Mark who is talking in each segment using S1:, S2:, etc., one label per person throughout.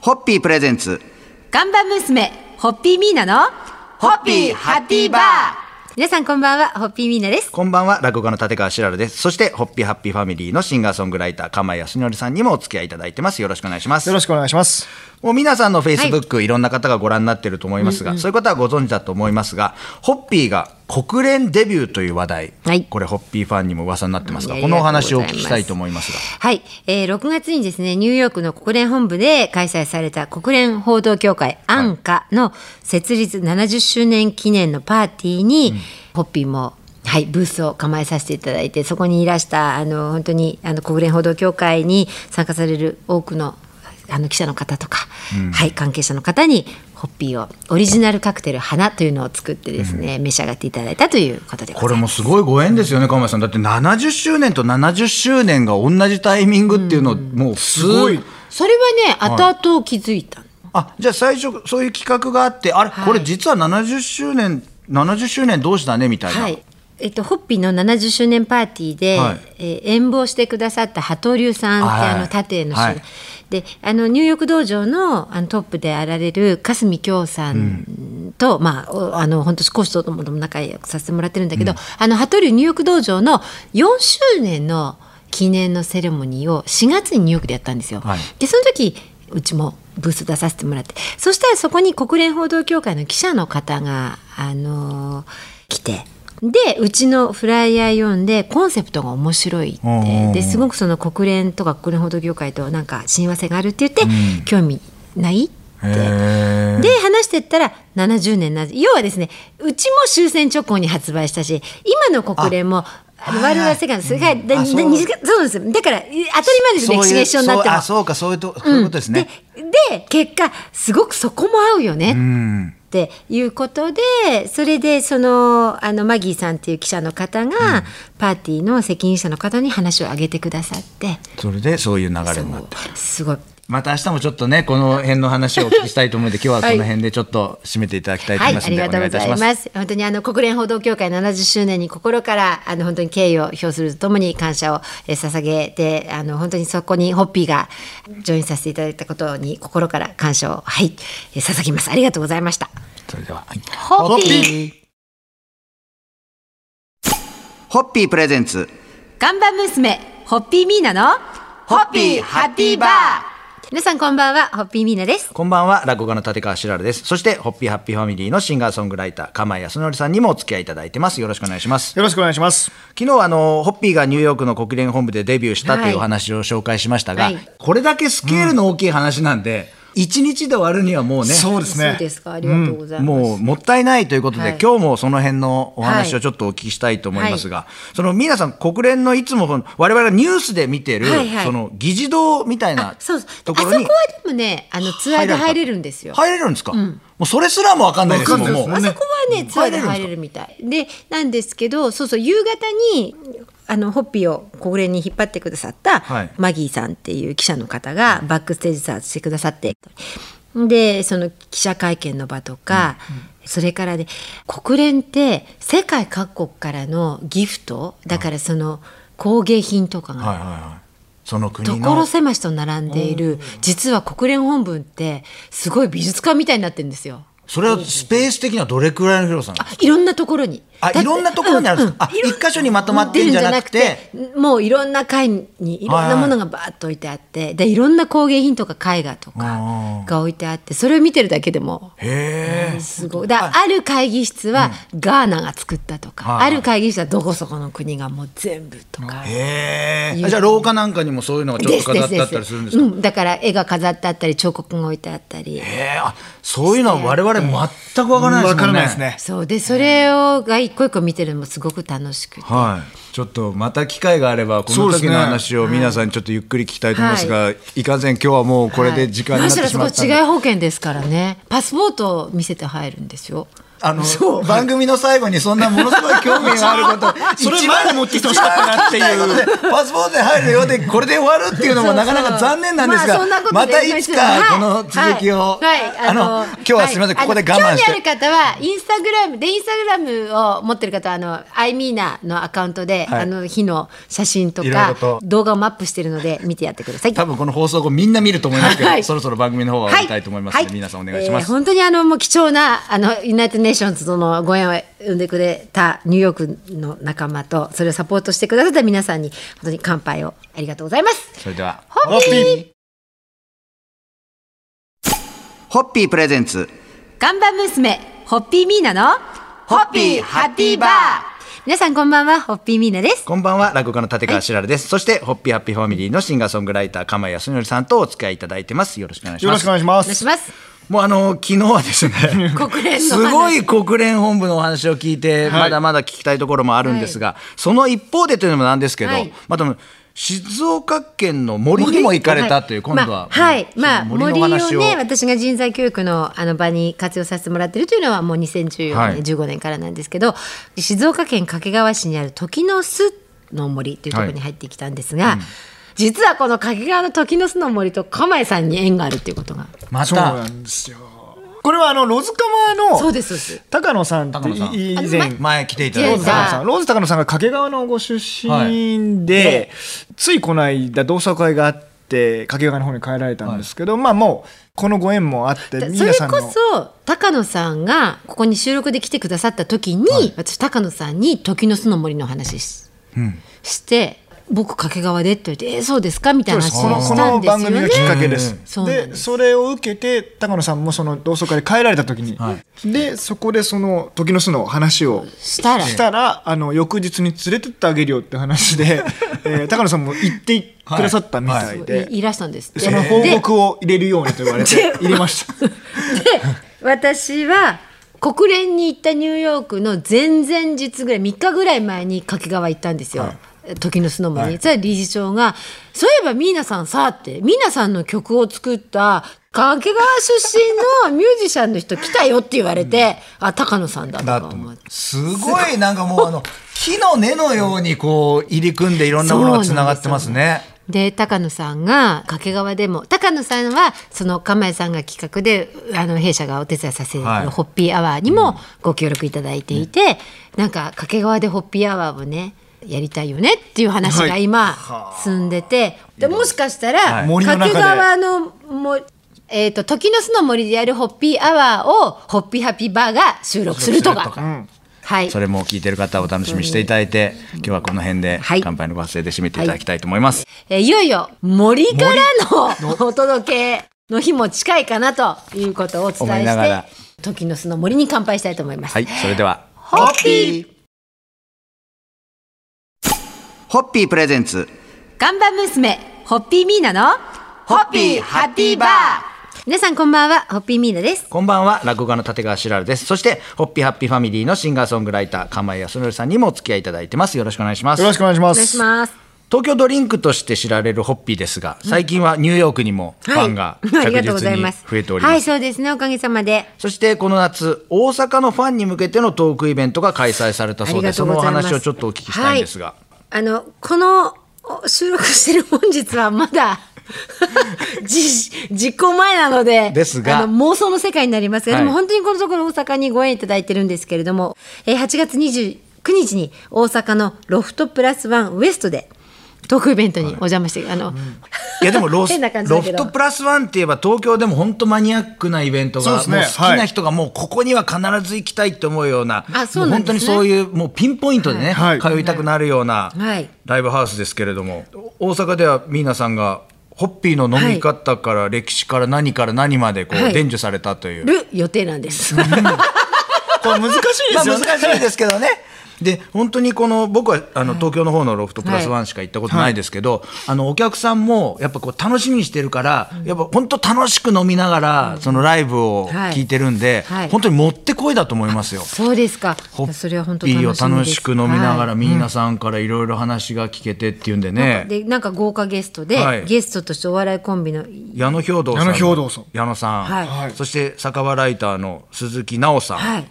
S1: ホッピープレゼンツ。
S2: ガンバ娘、ホッピーミーナの、
S1: ホッピーハッピーバー
S2: 皆さんこんばんは、ホッピーミーナです。
S1: こんばんは、落語家の立川しらるです。そして、ホッピーハッピーファミリーのシンガーソングライター、釜井康則さんにもお付き合いいただいてます。よろしくお願いします。
S3: よろしくお願いします。
S1: もう皆さんのフェイスブック、いろんな方がご覧になっていると思いますが、そういう方はご存知だと思いますが、ホッピーが国連デビューという話題、
S2: はい
S1: これ、ホッピーファンにも噂になってますが、
S2: うん
S1: このお話をお
S2: あり
S1: 聞
S2: がと
S1: き
S2: うご
S1: した
S2: ざいます
S1: いと思いますが、
S2: はい、えー、6月にですね、ニューヨークの国連本部で開催された国連報道協会アンカの設立70周年記念のパーティーに、ホッピーもはい、ブースを構えさせていただいてそこにいらしたあの本当にあの国連報道協会に参加される多くのあの記者の方とか、はい、関係者の方にホッピーをオリジナルカクテル「花」というのを作ってですね、召し上がっていただいたということでございます
S1: これもすごいご縁ですよね、釜井さん。だって70周年と70周年が同じタイミングっていうの、もうすごい。
S2: それはね後々気づいたの
S1: あじゃあ最初そういう企画があってあれ、
S2: はい
S1: これ実は70周年70周年同士だねみたいな、
S2: はい。えっと、ホッピーの70周年パーティーで、
S1: はい
S2: えー遠望してくださった羽鳥龍さんって、
S1: はい
S2: あの盾の人、
S1: はい
S2: であのニューヨーク道場のあのトップであられる霞京さんと、まあおあの本当講師ともども仲良くさせてもらってるんだけど、あの羽鳥龍ニューヨーク道場の4周年の記念のセレモニーを4月にニューヨークでやったんですよ。
S1: はい
S2: でその時うちもブース出させてもらってそしたらそこに国連報道協会の記者の方が、あのー来てでうちのフライヤー読んでコンセプトが面白い
S1: おうおうお
S2: っ
S1: う
S2: てですごくその国連とか国連報道協会となんか親和性があるって言って、興味ないって
S1: へー
S2: で話してったら70年な要はですねうちも終戦直後に発売したし今の国連もあのワールドワーセカンドそれからだ
S1: あ
S2: だ
S1: そう
S2: 二次そうなんですよだから当たり前です
S1: そう
S2: 歴史が一緒になって
S1: そう
S2: も
S1: あ。そうかそういうとそういうことですね、
S2: でで結果すごくそこも合うよね、
S1: うん
S2: っていうことでそれでそのあのマギーさんっていう記者の方が、パーティーの責任者の方に話を上げてくださって
S1: それでそういう流れになった
S2: すごい
S1: また明日もちょっとねこの辺の話をお聞きしたいと思うので今日はこの辺でちょっと締めていただきたいと思
S2: はいい、
S1: ま
S2: あ
S1: すの
S2: り
S1: で、
S2: がとうご
S1: お願いいた
S2: ざ
S1: し
S2: い
S1: ます
S2: ます。本当にあの国連報道協会70周年に心からあの本当に敬意を表するとともに感謝をえー捧げて、あの本当にそこにホッピーがジョインさせていただいたことに心から感謝をはいえー捧げます。ありがとうございました。
S1: それでははい
S2: ホッピー
S1: ホッピープレゼンツ
S2: ガンバ娘、ホッピーミーナの、
S1: ホッピーハッピーバー
S2: 皆さんこんばんは、ホッピーミーナです。
S1: こんばんは、落語家の立川しらるです。そして、ホッピーハッピーファミリーのシンガーソングライター、釜井康則さんにもお付き合いいただいてます。よろしくお願いします。
S3: よろしくお願いします。
S1: 昨日、あの、ホッピーがニューヨークの国連本部でデビューしたと
S2: はいいう
S1: お話を紹介しましたが、
S2: はい
S1: これだけスケールの大きい話なんで、一日で終わるにはもうね、
S3: そうですね。
S2: すか、ありがとうございます。
S1: もうもったいないということで、
S2: はい
S1: 今日もその辺のお話をちょっとお聞きしたいと思いますが、その皆さん、国連のいつもその我々がニュースで見てる、
S2: はいはい
S1: その議事堂みたいな
S2: あそうそう
S1: と
S2: あ
S1: こ
S2: そこ
S1: ろ
S2: は
S1: に
S2: でもね、あのツアーで入れるんですよ。
S1: 入れるんですか、もうそれすらもわかんないですもん
S3: わかんない
S1: も
S3: です
S1: う
S3: もん
S2: あそ
S3: ね
S2: こはね、ツアーで
S1: 入
S2: 入
S1: れ
S2: れるみたい。で、なんですけど、そうそう、夕方に、あのホッピーを国連に引っ張ってくださった、
S1: はい
S2: マギーさんっていう記者の方がバックステージさせてくださってでその記者会見の場とか、それからね国連って世界各国からのギフトだからその工芸品とかが
S1: はいはいはいその国の
S2: 所狭しと並んでいる実は国連本部ってすごい美術館みたいになってるんですよ。
S1: それはスペース的にはどれくらいの広さなんですか
S2: いろんなところに。
S1: あ
S2: だって
S1: いろんなところにあるんですか
S2: いろ
S1: あ一箇所にまとまってんじゃなくて
S2: うんじゃなくてもういろんな階にいろんなものがバーッと置いてあって、いでいろんな工芸品とか絵画とかが置いてあってそれを見てるだけでも
S1: へえ
S2: すごいだある会議室はガーナが作ったとか、
S1: はい
S2: ある会議室はどこそこの国がもう全部とか。
S1: へえじゃあ廊下なんかにもそういうのがちょっと飾ってあったりするんですか
S2: うん、だから絵が飾ってあったり彫刻が置いてあったり
S1: へえあそういうのは我々全くわからないですもんね
S3: わからないですね。
S2: そうでそれをが一個一個見てるのもすごく楽しくて
S1: はい、ちょっとまた機会があればこ
S3: そう
S1: の
S3: です
S1: 時
S3: ね
S1: の話を皆さんにちょっとゆっくり聞きたいと思いますが、い、かんせん今日はもうこれで時間になってしまったんで
S2: はい何しろそこ違い保険ですからねパスポートを見せて入るんですよ
S1: あの番組の最後にそんなものすごい興味がある こと
S3: それ
S1: 一番
S3: 前に持ってきてほしかったなっていう
S1: 一番聞きたいことでパスポートに入るよでこれで終わるっていうのもなかなか残念なんですが
S2: まあそんなことで
S1: またいつかこの続きを、
S2: はいはいはい
S1: あの今日はすみません、ここで我慢し
S2: 興味
S1: て
S2: ある方はインスタグラムでインスタグラムを持ってる方はあのアイミーナのアカウントで、
S1: はい
S2: あの日の写真と
S1: いろいろ
S2: か
S1: と
S2: 動画をマップしてるので見てやってください。
S1: 多分この放送後みんな見ると思いますけど、
S2: はい
S1: そろそろ番組の方は終わりたいと思いますので、
S2: は
S1: 皆さんお願いしま
S2: えー
S1: す、
S2: 本当にあのもう貴重なあのユナイテッド・ネーションズとのご縁を生んでくれたニューヨークの仲間とそれをサポートしてくださった皆さんに本当に乾杯をありがとうございます。
S1: それでは
S2: ホッピー
S1: ホッピープレゼンツ
S2: ガンバ娘ホッピーミーナのホッ
S1: ピーハッピーバー
S2: 皆さんこんばんはホッピーミーナです。
S1: こんばんは、落語家の立川しらるです。そして、ホッピーハッピーファミリーのシンガーソングライター、釜井康則さんとお付き合いいただいてます。よろしくお願いし
S3: よ
S1: ま
S3: ろし
S1: す。
S3: くお願いしま
S2: お願いし
S3: す。
S2: ます。
S1: もうあの、昨日はですね、
S2: 国連の
S1: す
S2: 話
S1: ごい国連本部のお話を聞いて、まだまだ聞きたいところもあるんですが、その一方でというのもなんですけど、
S2: はい
S1: まあでも、静岡県の森にも行かれたという、今度は、
S2: まあはい、まあ、
S1: その森
S2: 森
S1: の
S2: を
S1: 話を。
S2: ね、私が人材教育のあの場に活用させてもらってるというのは、もう2014年、
S1: はい
S2: 15年からなんですけど。静岡県掛川市にある時の巣の森というところに入ってきたんですが。実はこの掛川の時の巣の森と釜井さんに縁があるということが。
S1: ま
S3: そうな
S1: た、
S3: んですよ。これはあのロズカマの
S2: そうです、そうです。
S3: 高野さんって
S1: 高野さん
S3: い以
S2: あの
S3: 前
S1: 前来ていただい
S3: ローズ
S2: じ
S3: 高
S1: た。
S2: ゃあ
S3: 野さんローズ高野さんが掛川のご出身
S2: はい
S3: で
S2: で、
S3: ついこの間同窓会があって掛川の方に帰られたんですけど、まあもうこのご縁もあって
S2: だ
S3: ミ
S2: そ
S3: ー
S2: れ
S3: ナさん
S2: こ
S3: の
S2: そ高野さんがここに収録で来てくださった時に、私高野さんに「時の巣の森」の話し,、して「僕掛川で」って言って「えーそうですか?」みたいな話
S3: この
S2: をし
S3: こ
S2: た
S3: の
S2: んです
S3: 番
S2: よ
S3: 組
S2: ね
S3: がき。っかけです。
S2: そうなんです
S3: でそれを受けて高野さんもその同窓会で帰られた時に、でそこでその時の巣の話を
S2: したら
S3: したらあの翌日に連れてってあげるよって 話で、えー高野さんも行ってくださったみたいで、
S2: いいらしたんですって
S3: その報告を入れるようにと言われて入れました。
S2: で私は国連に行ったニューヨークの前々日ぐらい3日ぐらい前に掛川行ったんですよ、時の巣の森に、そしたら理事長が「そういえばミーナさんさ」ってミーナさんの曲を作った掛川出身のミュージシャンの人来たよって言われて「あ高野さんだ」とか
S1: だと
S2: 思
S1: 思
S2: っ
S1: う
S2: て。
S1: すごいなんかもうあの木の根のようにこう入り組んでいろんなものがつながってますね。
S2: で高野さんが掛川でも高野さんはその釜井さんが企画であの弊社がお手伝いさせてい
S1: はい
S2: るホッピーアワーにもご協力いただいていて、なんか掛川でホッピーアワーをねやりたいよねっていう話が今進んでて、でもしかしたら、
S1: はい
S3: 森の中
S2: 掛
S3: で
S2: 川のも、えー、と時の巣の森でやるホッピーアワーをホッピーハッピーバーが収録するとか。はい
S1: それも聞いてる方はお楽しみにしていただいて、今日はこの辺で
S2: はい
S1: 乾杯のご発声で締めていただきたいと思います。
S2: えーいよいよ森からのお届けの日も近いかなということをお伝
S1: 思い
S2: え
S1: な
S2: し
S1: がら
S2: て時の巣の森に乾杯したいと思います。
S1: はい、それでは。
S2: ホッピー
S1: ホッピープレゼンツ。
S2: ガンバ娘ホッピーミーナの
S1: ホッピーハッピーバー
S2: 皆さんこんばんはホッピーミーナです。
S1: こんばんは、落語家の立川しらるです。そして、ホッピーハッピーファミリーのシンガーソングライター、釜井康則さんにもお付き合いいただいてます。よろしくお願いします。
S3: よろしくお願いしま
S2: お願いし
S3: す。
S2: ます。
S1: 東京ドリンクとして知られるホッピーですが、最近はニューヨークにもファンが
S2: はい
S1: 着
S2: ありがとうござ
S1: 実
S2: い
S1: に
S2: ます
S1: 増えております
S2: はい、。そうですね。おかげさまで。
S1: そしてこの夏、大阪のファンに向けてのトークイベントが開催されたそうで、
S2: ありがと
S1: そう
S2: ご
S1: のお
S2: ざいます
S1: 話をちょっとお聞きしたいんですが。
S2: はあのこのお収録してる本日はまだ 実実行前なので
S1: ですが
S2: あの妄想の世界になりますが、
S1: はい
S2: でも本当にこのところ大阪にご縁いただいてるんですけれども、えー8月29日に大阪のロフトプラスワンウエストでトークイベントにお邪魔して、あの、
S1: いやでもロス
S2: 変な感じ
S1: ロ
S2: だけ
S1: フ
S2: ど
S1: トプラスワンって言えば東京でも本当マニアックなイベント
S3: そう
S1: が
S3: ですね
S1: もう好きな人がもうここには必ず行きたいって思うような
S2: あそう
S1: も
S2: なん
S1: 本
S2: です
S1: 当
S2: ね
S1: にそういうもうピンポイントでね、
S3: はい
S1: 通いたくなるような
S2: はい
S1: ライブハウスですけれども、大阪ではミーナさんがホッピーの飲み方から歴史から何から何までこう
S2: はい
S1: 伝授されたという、
S2: る予定なんです。
S3: これ難しいで
S1: まあ
S3: すよね。
S1: 難しいですけどね。で本当にこの僕はあの東京の方のロフトプラスワンしか行ったことないですけど、あのお客さんもやっぱこう楽しみにしてるから、やっぱ本当楽しく飲みながらそのライブを
S2: はい
S1: 聞いてるんで、
S2: はい
S1: 本当にもってこいだと思いますよ。
S2: そうですか。
S1: ホ
S2: それは
S1: ッ
S2: 本当
S1: ピーを楽
S2: みです
S1: しく飲みなが
S2: は
S1: ら、
S2: い
S1: ミーナさんからいろいろ話が聞けてっていうんでね、
S2: でなんか豪華ゲストで、
S1: はい
S2: ゲストとしてお笑いコンビの
S1: 矢野兵道さん、
S3: 矢野兵道さん
S1: 矢野さん、
S2: はい
S3: はい
S1: そして酒場ライターの鈴木奈緒さん、
S2: はい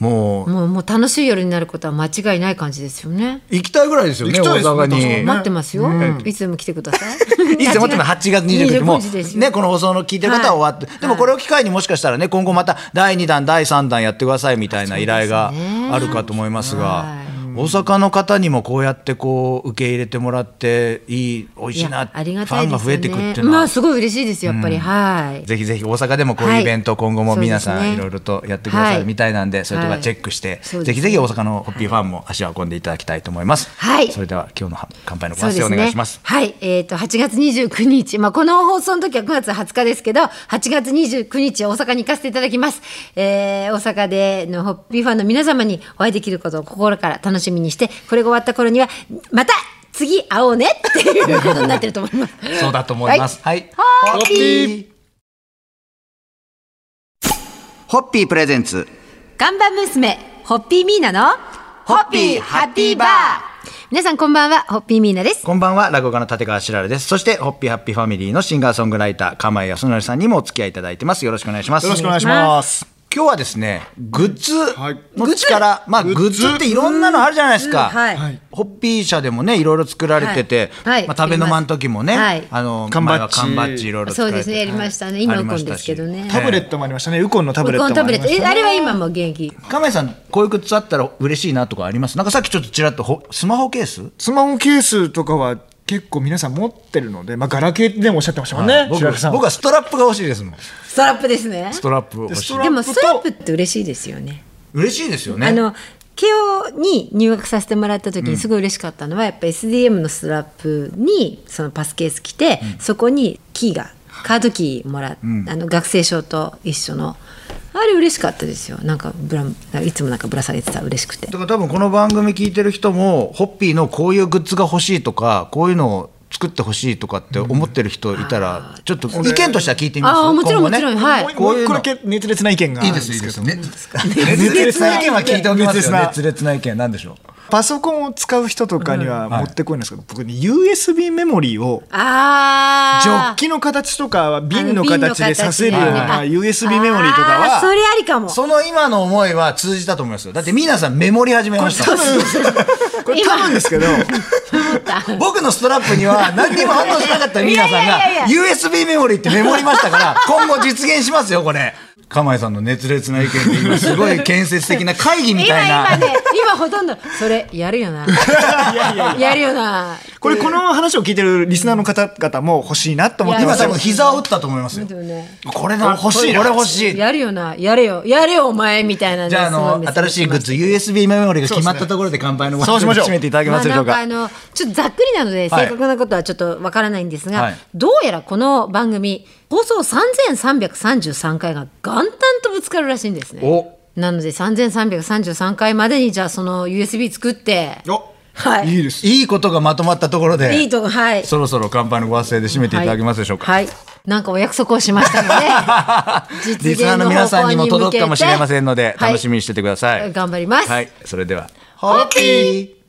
S1: もう
S2: もうもう楽しい夜になることは間違いない感じですよね。
S1: 行きたいぐらいですよね
S3: 行きたい
S1: 大
S3: です
S1: 阪
S3: ね
S1: に。
S2: 待ってますよ。いつでも来てください。
S1: いつもっての8月29日も
S2: 29です
S1: う
S2: よ
S1: ねこの放送の聞いてる方は終わって、でもこれを機会にもしかしたらね今後また第2弾第3弾やってくださいみたいな依頼が
S2: そうですね
S1: あるかと思いますが。
S2: はい
S1: 大阪の方にもこうやってこう受け入れてもらっていい美味しいな
S2: やありが
S1: フ
S2: た
S1: ァ
S2: い
S1: ン
S2: で
S1: が
S2: す
S1: 増え
S2: よ
S1: てくって
S2: ね
S1: い。うの
S2: ま
S1: は
S2: あすごい嬉しいですよやっぱり、はい。
S1: ぜひぜひ大阪でもこういうイベント、
S2: はい
S1: 今後も皆さ
S2: そうです
S1: ん
S2: ね
S1: いろいろとやってくださ
S2: はい
S1: るみたいなんで、そういうとこ
S2: は
S1: はいチェックして、
S2: そうですね
S1: ぜひぜひ大阪のホッピーファンも足を運んでいただきたいと思います。
S2: はい
S1: それでは今日の乾杯のご
S2: そう
S1: 発
S2: で
S1: 声お
S2: すね
S1: 願いします。
S2: はい、えっ、と8月29日、まあこの放送の時は9月20日ですけど、8月29日大阪に行かせていただきます。えー、大阪でのホッピーファンの皆様にお会いできることを心から楽しみにして、これが終わった頃にはまた次会おうねっていうことになってると思 います。
S1: そうだと思います。はい。
S2: ホッピー
S4: ホッピープレゼンツ
S2: 看板娘、ホッピーミーナの
S4: ホッピーハッピーバー
S2: 皆さんこんばんは、ホッピーミーナです。
S1: こんばんは、落語家の立川しらるです。そして、ホッピーハッピーファミリーのシンガーソングライター、釜井康則さんにもお付き合いいただいてます。よろしくお願いします。
S3: よろしくお願いし
S2: お願いしま
S3: ます。
S1: 今日はですね、グッズ
S3: はい
S1: の力、まあ、グ
S3: グッ
S1: ッ
S3: ズ
S1: ズっていろんなのあるじゃないですか。
S2: うんはい
S3: はい
S1: ホッピー社でもね、いろいろ作られてて、
S2: はいはい
S1: まあ、食べの間の時もね、
S2: はい
S1: あの、
S3: 缶バッジ
S1: 前は缶バッジいろいろ作
S2: そ
S1: ら
S2: う
S1: れ
S2: で
S1: て
S2: すね、やりましたね。
S1: あ
S2: 今ウ
S1: り
S2: コ
S1: ま
S2: ン
S1: し
S2: で
S1: た
S2: す
S1: し
S2: けどね。
S3: タブレットもありましたね。ウコンのタブ
S2: ウ
S3: レッ
S2: コン
S3: トも
S2: タ
S3: あ
S2: ブレ
S3: り
S2: ッ
S3: ま
S2: ト、
S3: し
S2: え
S3: た。
S2: あれは今もう現役。
S1: 亀井さん、こういうグッズあったら嬉しいなとかありますなんかさっきちょっとちらっとほスマホケース
S3: スマホケースとかは結構皆さん持ってるので、まあガラケーでもおっしゃってましたもんね。
S1: 僕
S3: 白木さん
S1: 僕はストラップが欲しいですもん。ス
S2: ストラップですね。
S1: トラップ欲し
S3: ス
S1: い
S3: ト。ラ
S2: で
S3: ップと
S2: もストラップって嬉しいですよね。
S1: 嬉しいですよね。
S2: あの慶応に入学させてもらった時にすごい嬉しかったのは、やっぱ SDM のストラップにそのパスケース着て、そこにキーがカードキーもらっ、あの学生証と一緒のあれ嬉しかったですよなんかぶらいつもなんかぶら下げてたら嬉しくて
S1: だから多分この番組聞いてる人もホッピーのこういうグッズが欲しいとかこういうのを作ってほしいとかって思ってる人いたら、ちょっと意見としては聞いてみます
S2: あーもちろん
S1: 今後ね
S2: もちろんはい
S1: こ
S3: も
S1: う
S3: う
S1: い
S3: 一
S1: う
S3: 個
S1: の
S3: だけ熱烈な意見があ
S1: い
S3: る
S1: いで
S3: ん
S1: すいい
S3: け
S1: です
S3: ど
S1: ね熱烈な意見は聞いておきますよ熱烈な意見なんでしょう
S3: パソコンを使う人とかには持ってこいなんですけど、僕ね USB メモリーを
S2: あ
S3: ジョ
S2: あ
S3: ッキの形とか瓶の
S2: あの瓶の
S3: 形
S2: 形
S3: で刺せるような
S2: はい
S3: USB メモリーとか
S2: あーそ
S3: は
S2: れありかも
S1: その今の思いは通じたと思いますよだって皆さんメモり始めました
S3: これ多分ですけど
S1: 僕のストラップには何にも反応しなかった皆さんが
S2: いやいやい
S1: USB メモリーってメモりましたから今後実現しますよこれ釜井さんの熱烈な意見で今すごい建設的な会議み
S2: 今
S1: たいな
S2: 今ね今ほとんどそれやる よなやるよな
S3: これこの話を聞いてるリスナーの方々も欲しいなと思って
S1: 今
S3: ます
S1: 多分膝を打ったと思いますよ
S2: だ。よね
S1: これだ欲しい、これ欲しい。
S2: やるよなやれよやれよお前みたいなね
S1: じゃああ
S2: すごい
S1: の
S2: メッセ
S1: 新
S2: ージ
S1: しいグッズ USB メモリが決まったところで乾杯の
S3: そうしましょう
S1: 締めていただけますでしょう
S2: まあ、
S1: か。
S2: なんかあのちょっとざっくりなので
S1: はい
S2: 正確なことはちょっとわからないんですが、
S1: はい
S2: どうやらこの番組放送3333回が元旦とぶつかるらしいんですね
S1: お
S2: なので3333回までにじゃあその USB 作って
S3: お
S2: はい
S3: いいです
S1: いいことがまとまったところ
S2: いい
S1: で、
S2: とこはい
S1: そろそろ乾杯のご発声で締めていただけますでしょうか。
S2: はい、はいなんかお約束をしましたので 実
S1: リ
S2: 現
S1: スナーの皆さんにも
S2: 方向向
S1: 届
S2: け
S1: くかもしれませんので、
S2: はい
S1: 楽しみにしててください。
S2: 頑張ります
S1: はい、それでは。
S2: ホッピ
S1: ー